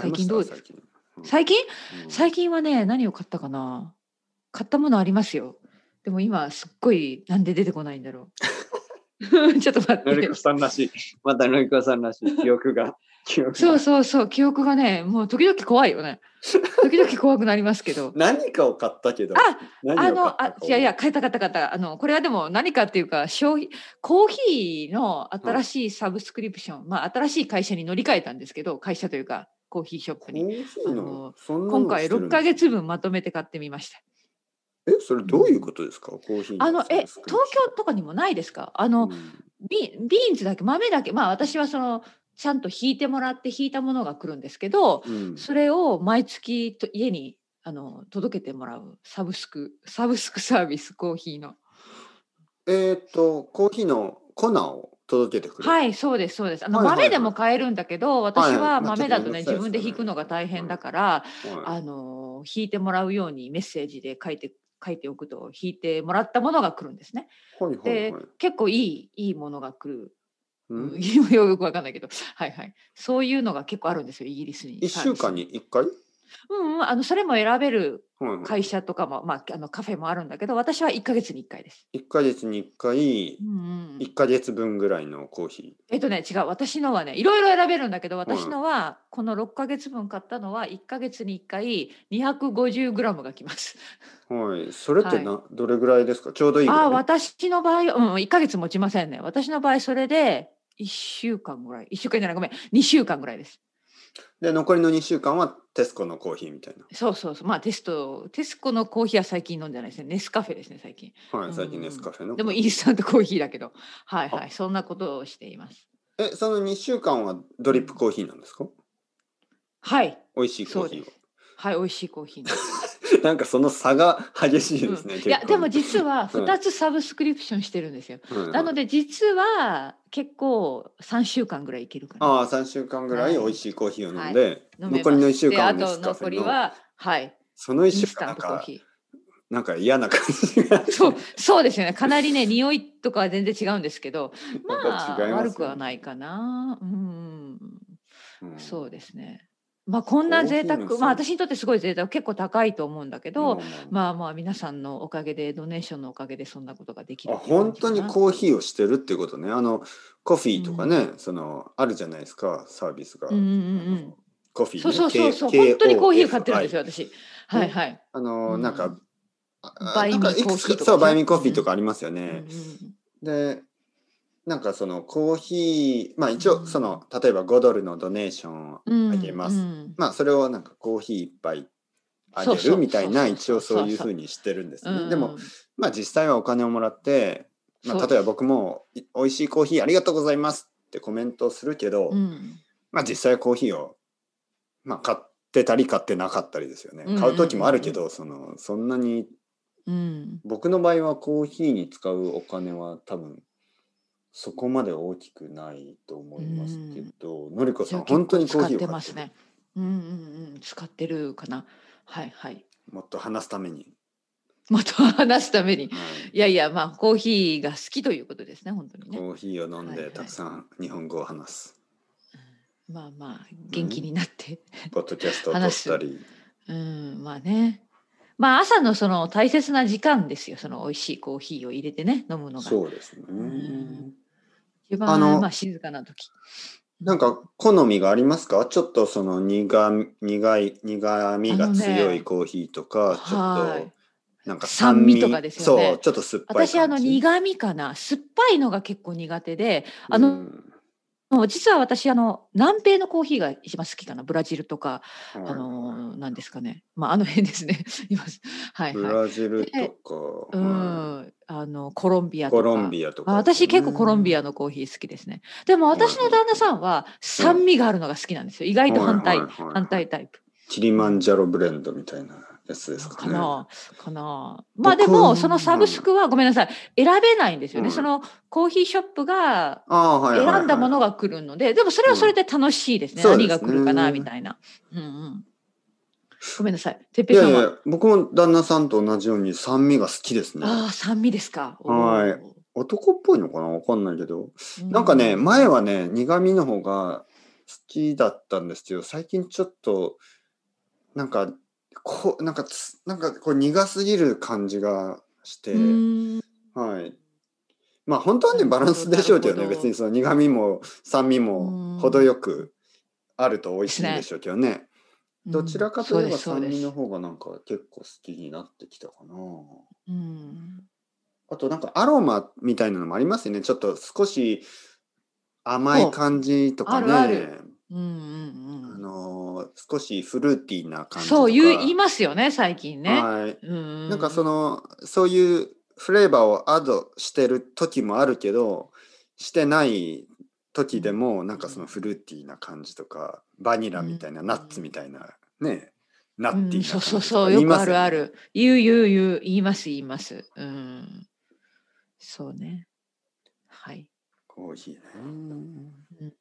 最近どう最近,うん、最近うん最近はね何を買ったかな買ったものありますよでも今すっごいなんで出てこないんだろう ちょっと待のっりてこさんらしい。 またのりこさんらしい。記憶が。記憶が そうそうそう記憶がねもう時々怖いよね時々怖くなりますけど何かを買ったけど。あ何あを買っのたあかいやいや買えた買った買ったあのこれはでも何かっていうか消費コーヒーの新しいサブスクリプション、まあ新しい会社に乗り換えたんですけど会社というかコーヒーショップコにーヒーあののそんなの今回してるん6ですヶ月分まとめて買ってみましたえそれどういうことですかコーヒーあのえ東京京とかにもないですかあの、ビビーンズだけ豆だけまあ私はそのちゃんと引いてもらって引いたものが来るんですけどうんそれを毎月と家にあの届けてもらうサブスクサブスクサービスコーヒーのえーっとコーヒーの粉を届けてくれるはいそうですそうですあの、はいはいはい豆でも買えるんだけど私はいははいまあ豆だとね、ちょっと自めん分どくさいですよねで引くのが大変だから、はいあの引いてもらうようにメッセージで書いて書いておくと引いてもらったものが来るんですねはいはいはい結構いいいいものが来る、ううん、 んよくわかんないけどはいはいそういうのが結構あるんですよイギリスに一週間に一回うんうんあのそれも選べるはいはい会社とかも、まあ、あのカフェもあるんだけど私は1ヶ月に1回です、一ヶ月に一回うんうんうん一ヶ月分ぐらいのコーヒえっとね違う私のはねいろいろ選べるんだけど私のはこの6ヶ月分買ったのは1ヶ月に1回 250g がきます。ーはいそれってなどれぐらいですかちょうどいいぐらいあー私の場合はうん1ヶ月持ちませんね私の場合それで1週間ぐらい1週間じゃないごめん2週間ぐらいです。で残りの二週間はテスコのコーヒーみたいそうそうそうまあテストテスコのコーヒーは最近飲んでないですねネスカフェですね最近なはういん最近ネスカフェのでもインスタントコーヒーだけどはいはいそんなことをしていますえその二週間はドリップコーヒーなんですかはい美味しいコそーうヒでーすはい美味しいコーヒーにをなんかその差が激しいですねうんい結や構でも実はうん2つサブスクリプションしてるんですよ、はいはいなので実は結構3週間ぐらいいけるかなああ3週間ぐらい美味しいコーヒーを飲んで、飲めます残りの1週間はでネあスとカフ残ェりのははいその1イン週ス間タなンんトコーかヒーなんか嫌な感じがそうそうですよねかなりね匂いとかは全然違うんですけどまあやっぱ違いますよね悪くはないかなうんうんそうですねまあこんな贅コーヒーの沢さまあ私にとってすごい贅沢結構高いと思うんだけど、まあままあまあ皆さんのおかげでドネーションのおかげでそんなことができあるあ本当にうコーヒーをしてるってことねあのコフィーとかね、そのあるじゃないですかサービスが、うんうんうんうんコフィー、ね、そうそうそうそう K- K-O-F-I 本当にコーヒーを買ってるんですよ私はいはい、あの、うんなんかあバイミーなんかいくつコーヒーとかねそうバイミーコーヒーとかありますようんうね、んでなんかそのコーヒーまあ一応その、例えば5ドルのドネーションうんあげますうんまあそれをなんかコーヒー一杯あそげうそるうみたいなそう一そう応そういうそふうそううにしてるんですうね。んでもまあ実際はお金をもらって、まそあ、う例えば僕もい「美味しいコーヒーありがとうございます」ってコメントするけど、うんまあ実際はコーヒーを、まあ、買ってたり買ってなかったりですよねうんうんうん。うん買う時もあるけど、そのそんなにうん僕の場合はコーヒーに使うお金は多分そこまで大きくないと思いますけど、のりこじさゃあん本当に結コ構ー使ヒーってを買まっすてるねうんうんうん使ってるかなはいはいもっと話すために。また話すためにはいいやいやまあコーヒーが好きということですね本当にねコーヒーを飲んはいはでいたくさん日本語を話す、まあまあ元気になってポッドキャストを撮ったり、うん、まあねまあ朝のその大切な時間ですよその美味しいコーヒーを入れてね飲むのがそうですね、ん一あ番のまあ静かな時なんか好みがありますかちょっとその苦み苦い苦みが強いコーヒーとか、ちはょっいとなんか酸味とかですよねそうちょっと酸っぱい感じ私あの苦味かな酸っぱいのが結構苦手であのうんもう実は私あの南米のコーヒーが一番好きかなブラジルとか、はいあのなんですかねまああの辺ですね いますはいブはいラジルとか、うはんあのコロンビいアとコかロンビアとか、あ私結構コロンビアアのコーヒー好きですね。でも私の旦那さんは酸味があるのが好きなんですよ。意外と反対、反対タイプ。キリマンジャロブレンドみたいなやつですかかねな、かな。ま僕あではもそのサブスクはごめんなさい選べないんですよね。うんそのコーヒーショップがあー、はいはいはい、選んだものが来るので、でもそれはそれで楽しいですね。うん何が来るかなそうですねみたいな。うんうん。ごめんなさい。てっぺいいさやんいは。や僕も旦那さんと同じように酸味が好きですねああ酸味ですか。はいお男っぽいのかなわかんないけどーなんかねう前はね苦味の方がきだったんですけど、最近ちょっと、なんか、こう、なんかつ、なんかこう苦すぎる感じがして、うんはい。まあ本当はね、なバるほどランスでしょうけどなね、るほど別にその苦味も酸味うんも程よくあると美味しいんでしょうけどね。どちらかといえばそう酸です味そのうです方がなんか結構好きになってきたかな。うんあとなんかアロマみたいなのもありますよね。ちょっと少し甘い感じとかね。おあるうあんうんうんのー少しフルーティーな感じとか。そう言う言いますよね最近ね。はい。うんなんかそののそういうフレーバーをアドしてる時もあるけどしてない時でもなんかそのフルーティーな感じとかバニラみたいな、うんナッツみたいなねナッティーな感そうじそとうかそう言いよくまあするよあねる言う言う言う言います言います。うんそうねはいコーヒーねうん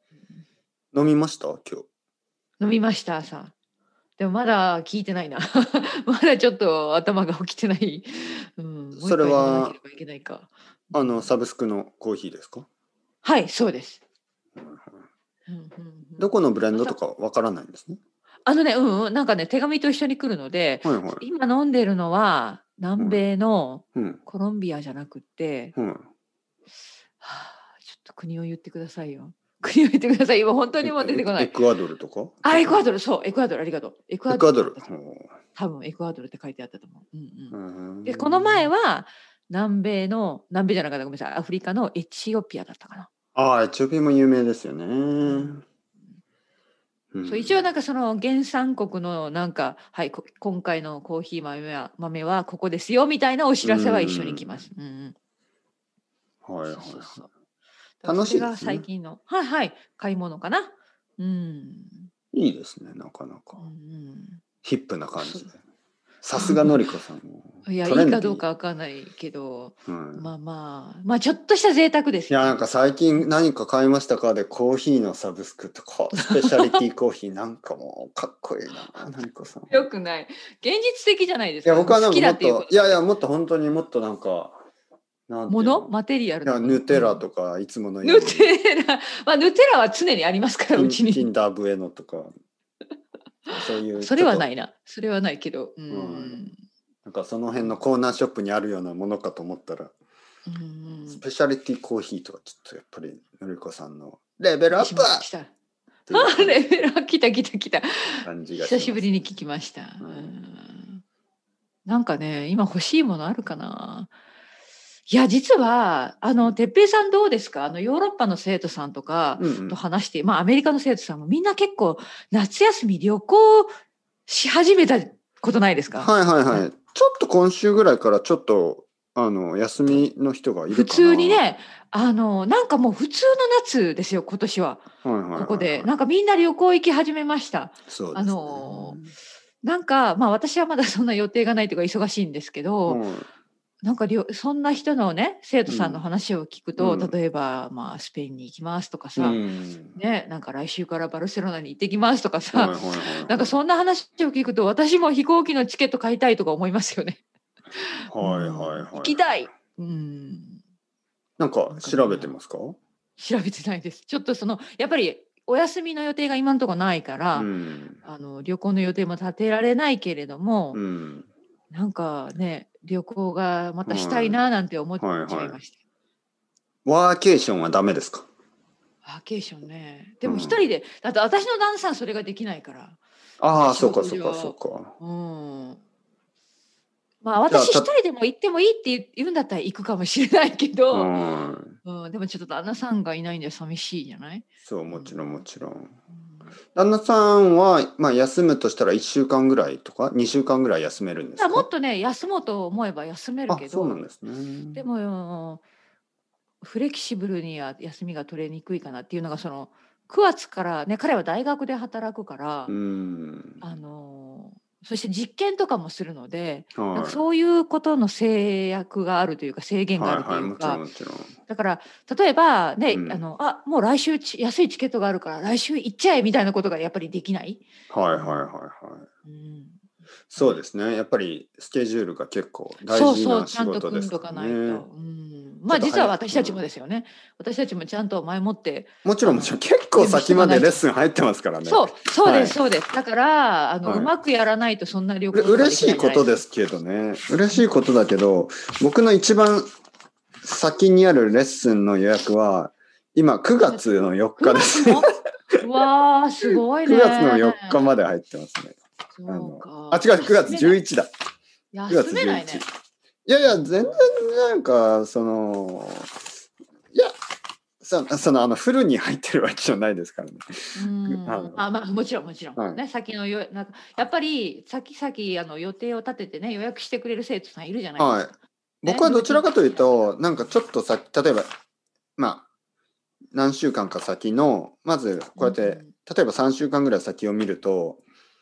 飲みました今日飲みました朝。でもまだ聞いてない な。まだちょっと頭が起きてない。うん、それはもう一杯飲まなけばいけないか。あのサブスクのコーヒーですかはいそうです。うんうんうんどこのブレンドとかわからないんですねあのね、うんうん、なんかね、手紙と一緒に来るので、はいはい今飲んでるのは南米のうんコロンビアじゃなくって、うんはあちょっと国を言ってくださいよ。 国を言ってください。今本当にもう出てこなエい。クアドルとかあ、エクアドルル、そう、エクアドル、ありがとう。エクエクアドだルった多分エクアドルって書いてあったと思う。うんうんうんで、この前は南米の、南米じゃなかった、ごめんなさい、アフリカのエチオピアだったかな。ああ、エチオピアも有名ですよね。うんそう一応なんかその原産国のなんか、はい、こ今回のコーヒー豆は豆はここですよみたいなお知らせは一緒に来ます。うんうんはいはいそうそうそう楽しいですねだからそれが最近の、はいはい、買い物かな。うん。いいですね、なかなかう。んヒップな感じで。さすがのりこさんも。うん、いや、いトレンいディかどうか。わかんないけど、うんまあまあ、まあちょっとした贅沢ですいや、よ。なんか最近何か買いましたかで、コーヒーのサブスクとか、スペシャリティコーヒーなんかもうかっこいい な、のりこさん。いよくない。現実的じゃないですか。や、僕はなんか好きもだっ、っていうこといやいや、もっと本当にもっとなんか、なんていもうののマテリアルいや、なものヌテラとか、いつものヌテラ、 まあ、ヌテラは常にありますから、うキちンキに。ンダーブエノとか、そういう。それはちょっとないな。それはないけど。うん。うんなんかその辺のコーナーショップにあるようなものかと思ったら、うんスペシャリティコーヒーとはちょっとやっぱりのりこさんのレベルアップっ来た。ていうレベル来た来た来た。感じがします久しぶりに聞きました。うんうんなんかね、今欲しいものあるかな。いや、実は、あの、哲平さんどうですかあの、ヨーロッパの生徒さんとかうんうんと話して、まあ、アメリカの生徒さんもみんな結構、夏休み旅行し始めたことないですかはいはいはうい。ちょっと今週ぐらいからちょっとあの休みの人がいるか普な。通に。ねあのなんかもう普通の夏ですよ今年ははいはいはいはい、ここでなんかみんな旅行行き始めましたそうあのなんかまあ私はまだそんな予定がないというか忙しいんですけど、うんなんかりょそんな人のね生徒さんの話を聞くと、うんうん例えばまあスペインに行きますとかうさ、んねなんか来週からバルセロナに行ってきますとかはさ、いはいはいなんかそんな話を聞くと私も飛行機のチケット買いたいとか思いますよね。はいはいはい。行きたい。うんなんか調べてますか？調べてないです。ちょっとそのやっぱりお休みの予定が今のところないから、うん。あの旅行の予定も立てられないけれども、うん。なんかね旅行がまたしたいななんて思っちゃいました。はいはいワーケーションはダメですか？ワーケーションね。でもうん一人で、だって私の旦那さんそれができないから。ああ、仕そう事か上そうかそうか。うん。まあ私じ一ゃあた人でも行ってもいいって言う言うんだったら行くかもしれないけうど、ん。うんでもちょっと旦那さんがいないんで寂しいじゃない、そう、もちろんもちろん。うん旦那さんは、まあ、休むとしたら1週間ぐらいとか2週間ぐらい休めるんですただかもっとね休もうと思えば休めるあけどそうなんですね。でもフレキシブルには休みが取れにくいかなっていうのがその9月からね彼は大学で働くから、うん、あのそして実験とかもするので、なんはかいそういうことの制約があるというか制限があるとはいはい、いうもか、ちろんもちろん。だから例えばね、うんあのあもう来週ち安いチケットがあるから来週行っちゃえみたいなことがやっぱりできない。はいはいはいはい。うんそうですね。やっぱりスケジュールが結構大そう事そうなち仕ゃんと事で組んすどかからないと、ね。うんまあちょっと早い実は私たちもですよね。私たちもちゃんと前もって。もちろんもちろん結構先までレッスン入ってますからね。そう、そうはでいす、そうです。だから、あの、はいうまくやらないとそんな旅うれ行。嬉しいことですすけどね。嬉しいことだけど、僕の一番先にあるレッスンの予約は、今9月の4日9です 月。のわあ、すごいね。 9月の4日まで入ってますね。あそうのか。あ、違う、9月11だ。9月休めない11ね。。いやいや、全然なんか、その、いや、そその、あの、フルに入ってるわけじゃないですからね。うんあのあまあもちろんもちろん、はいね先のよなんかやっぱり先々あの予定を立ててね予約してくれる生徒さんいるじゃないですか。はい。僕はどちらかというと、なんかちょっとさ、例えば、まあ、何週間か先の、まずこうやって、例えば3週間ぐらい先を見ると、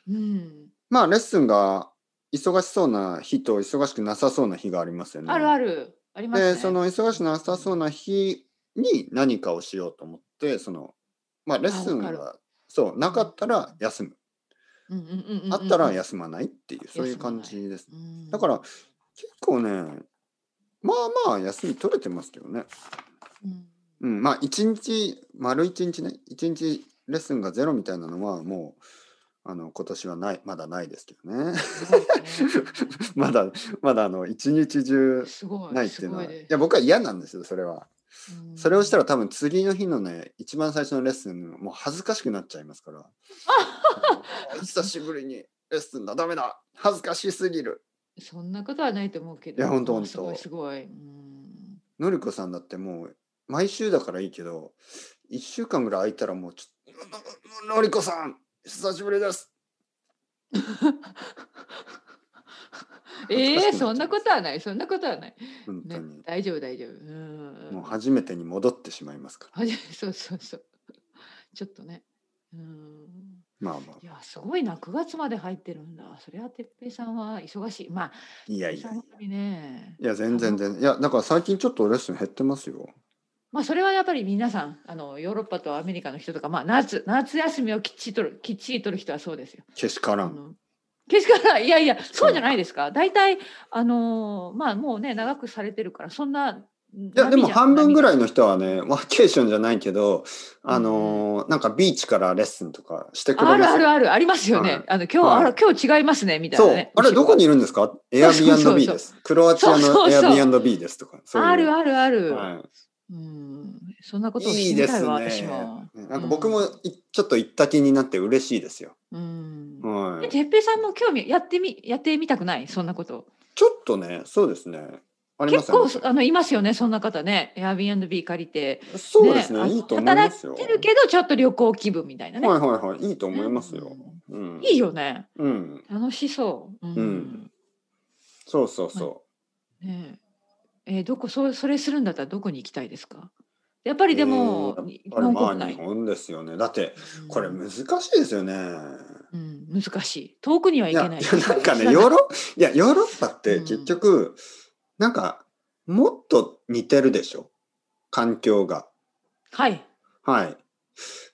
うん、うんまあ、レッスンが忙しそうな日と忙しくなさそうな日がありますよね。あるあるありますね。で、その忙しくなさそうな日に何かをしようと思って、その、まあ、レッスンあわかが、そう、なかったら休む。うんうんうんうんうんあったら休まないっていう、そういう感じです。うんだから、結構ね、まあまあ休み取れてますけどね。うんうん、まあ一日丸一日ね一日レッスンがゼロみたいなのはもうあの今年はないまだないですけどね すごいねまだまだあの一日 中すごいないっていうのはすごいですや僕は嫌なんですよそれはうんそれをしたら多分次の日のね一番最初のレッスンもう恥ずかしくなっちゃいますからあの 久しぶりにレッスンだダメだ恥ずかしすぎるそんなことはないと思うけど。いやほんとほんとすごいすごい。うんのりこさんだってもう毎週だからいいけど1週間ぐらい空いたらもうちょっとののりこさん久しぶりです恥ずかしくなっちゃいますええそんなことはないそんなことはない。本当ねに、大丈夫大丈夫。うんもう初めてに戻ってしまいますからはじ そうそうそう。ちょっとね。うん。まあまあいや、すごいな、9月まで入ってるんだ。それはてっぺいさんは忙しい。まあ、いやてっぺいいさやんいは本当にね。や全然全然いやだから最近ちょっとレッスン減ってますよまあ、それはやっぱり皆さん、あの、ヨーロッパとアメリカの人とか、まあ、夏、夏休みをきっちり取る、きっちり取る人はそうですよ。けしからあんのけしからん、いやいや、そうじゃないですか。大体、あのーまあ、もうね、長くされてるから、そんな。いいやでも半分ぐらいの人はねワーケーションじゃないけどあのーなんかビーチからレッスンとかしてくれあまするあるある、ありますよね。はいあの、今日、はいあら、今日違いますね、みたいそなうね。あれどこにいるんですかエアビそうそーうそうビーですクロアチアそうそのうエそうアビービーですとかそういうあるあるある。はいうん、そんなことをい知いりでたすいね。わ、なん私も。か僕もいちょっと行った気になって嬉しいですよ。うん。はえ、い。てっぺいさんも興味やってみ、やってみたくない、そんなこと。ちょっとね、そうですね。ありま結すよ構ね。、あの、いますよね、そんな方ね、Airbnb 借りて。そうですね。あのいいと思いますよ。働いてるけど、ちょっと旅行気分みたいなね。はいはいはい。いいと思いますよ。うん。うんいいよね。うん。楽しそう。うん。うんそうそうそねええーどこ、そう、それするんだったら、どこに行きたいですか。やっぱりでも、えー日う。あれ本ま国あ日内。本ですよね。だってうんこれ難しいですよね。うん、難しい。遠くには行やけない。やなんかねヨーロいやヨーロッパってうん結局なんかもっと似てるでしょ。環境が。 はい。はい。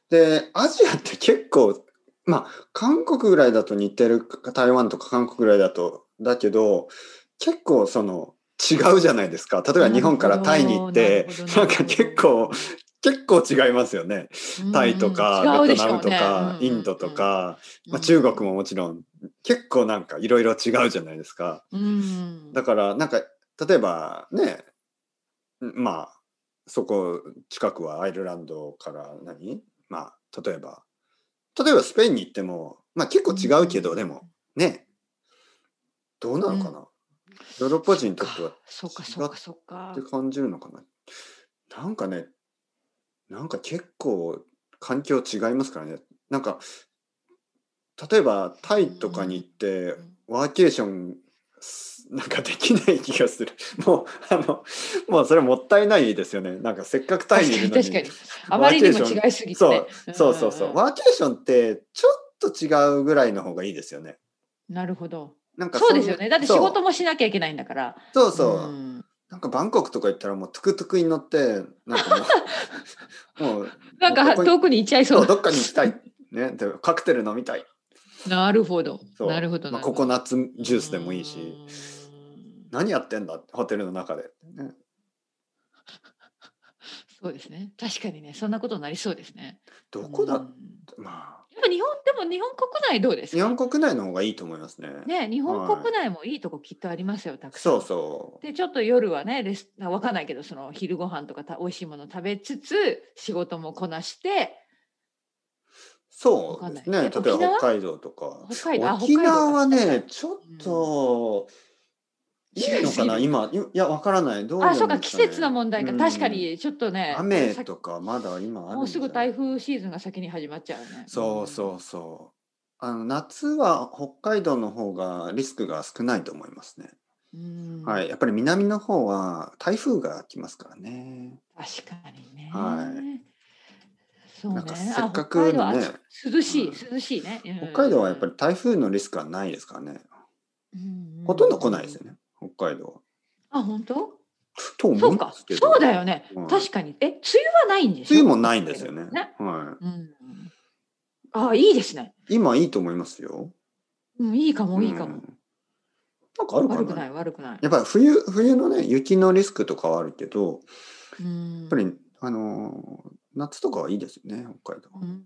で、アジアって結構、まあ、韓国ぐらいだと似てるか、台湾とか韓国ぐらいだと、だけど、結構その、違うじゃないですか。例えば日本からタイに行って、ななるほどんか結構、結構違いますよね。タイとか、うんうん違うベでトしナょうムねとか、うんインドとか、まあ、中国ももちろん、結構なんかいろいろ違うじゃないですか。うんだからなんか例えばねまあそこ近くはアイルランドから何まあ例えば例えばスペインに行ってもまあ結構違うけど、うんでもねどうなのかな、ヨーロッパ人にとってはそっかそっかそっかって感じるのかななんかねなんか結構環境違いますからねなんか例えばタイとかに行って、ワーケーションす なんかできない気がする。もうあのもうそれもったいないですよね。なんかせっかくタイにいるのに。確かに確あまりにもワーケーション違いすぎてそねうそうそうそう。ワーケーションってちょっと違うぐらいの方がいいですよね。なるほどなんかそういですよねだって仕事もしなきゃいけないんだからそうそうそう。んなんかバンコクとか行ったらもうトゥクトゥクに乗ってなんかも うもうなんもうこかこに遠くに行っちゃいそそううどっかに行きた い。ね、でカクテル飲みたい。なるほどそうなるほまどあ、なるほコどコナッツジュースでもいいし、うん何やってんだホテルの中で、ねそうですね。確かにね、そんなことになりそうですね。どこだ、うんまあやっぱ日本でも日本国内どうです日か本。国内の方がいいと思いますね。ね、日本はい国内もいいとこきっとありますよ。たくさん。そうそう。でちょっと夜はねレスあわかんないけどその昼ご飯とかた美味しいもの食べつつ仕事もこなしてそわかうんでないすね。例えばえ沖縄北海道とか。北海道あ沖縄は北海道ねか、ちょっと、うんいいのかな、違いすぎる今。いや、わからない。どうなんあですそうねか季節の問題か、うん確かにちょっとね雨さっきとかまだ今あるもうすぐ台風風シーズンが先に始まっちゃうねそうそうそうあの夏は北海道の方がリスクが少ないと思いますね、うん、うんはいやっぱり南の方は台風が来ますからね確かにね。。はいそうね。なんかせっかあくのね北海道は暑涼しい、うん涼しいね。うん北海道はやっぱり、台風のリスクはないですからね、うんほとんど来ないですよ。ね北海道はあ、本当？と思そうんでうか。すけどそうだよね。うん確かに。え、梅雨はないんです梅雨もないんですよねね。はうん。あ、いいですね。い、今いいと思いますようん、いいかもいいかもん。なんかあるか悪なくない悪くない。やっぱり冬冬のね雪のリスクとかはあるけど、うん。やっやっぱり、あのー夏とかはいいですよね、北海道。うん